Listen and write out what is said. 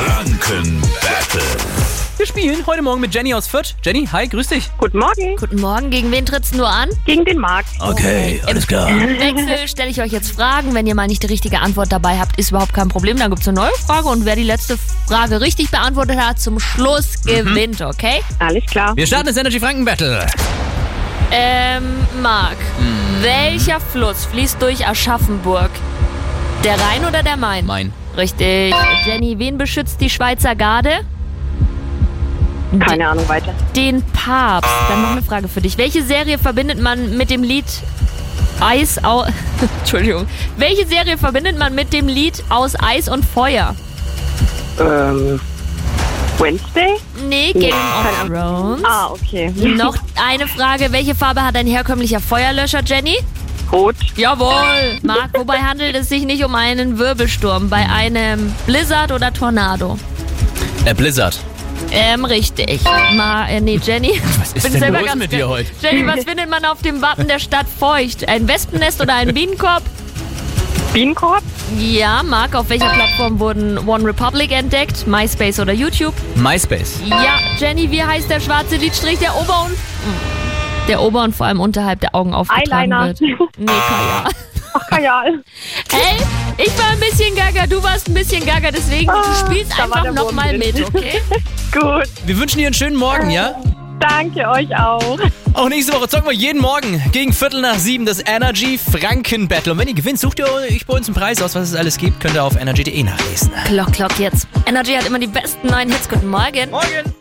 Franken Battle. Wir spielen heute Morgen mit Jenny aus Fürth. Jenny, hi, grüß dich. Guten Morgen Guten Morgen, gegen wen tritt's nur an? gegen den Markt. Ah. Oh, Okay, alles klar. Im Wechsel stelle ich euch jetzt Fragen. Wenn ihr mal nicht die richtige Antwort dabei habt, ist überhaupt kein Problem. Dann gibt's eine neue Frage und wer die letzte Frage richtig beantwortet hat, zum Schluss gewinnt, okay? Alles klar. Wir starten das Energy Franken Battle. Ähm, Marc, welcher Fluss fließt durch Aschaffenburg? Der Rhein oder der Main? Mein. Richtig. Jenny, wen beschützt die Schweizer Garde? Keine Ahnung weiter. Den Papst. Dann noch eine Frage für dich. Welche Serie verbindet man mit dem Lied Eis aus... Entschuldigung. Welche Serie verbindet man mit dem Lied aus Eis und Feuer? Ähm, Wednesday? Nee, Game of keine Thrones. Ah, okay. Noch eine Frage. Welche Farbe hat ein herkömmlicher Feuerlöscher, Jenny? Rot. Jawohl. Marc, wobei handelt es sich nicht um einen Wirbelsturm, bei einem Blizzard oder Tornado? Äh, Blizzard. Ähm, richtig. Ma, äh, nee, Jenny. Was ist Bin denn selber los ganz mit dir heute? Jenny, was findet man auf dem Wappen der Stadt feucht? Ein Wespennest oder ein Bienenkorb? Bienenkorb? Ja, Marc, auf welcher Plattform wurden One Republic entdeckt? MySpace oder YouTube? MySpace. Ja, Jenny, wie heißt der schwarze Lidstrich, der ober und... Hm. Der ober und vor allem unterhalb der Augen aufgetragen Eyeliner. wird? Nee, Kaya. Ach, Kajal. Hey, ich war ein bisschen gaga, du warst ein bisschen gaga, deswegen du spielst Ah, da war einfach der Wurm nochmal drin. mit, okay? Gut. Wir wünschen dir einen schönen Morgen, ja? Danke euch auch. Auch nächste Woche zocken wir jeden Morgen gegen Viertel nach sieben das Energy Franken Battle. Und wenn ihr gewinnt, sucht ihr euch bei uns einen Preis aus, was es alles gibt. Könnt ihr auf energy.de nachlesen. Glock, glock jetzt. Energy hat immer die besten neuen Hits. Guten Morgen. Morgen!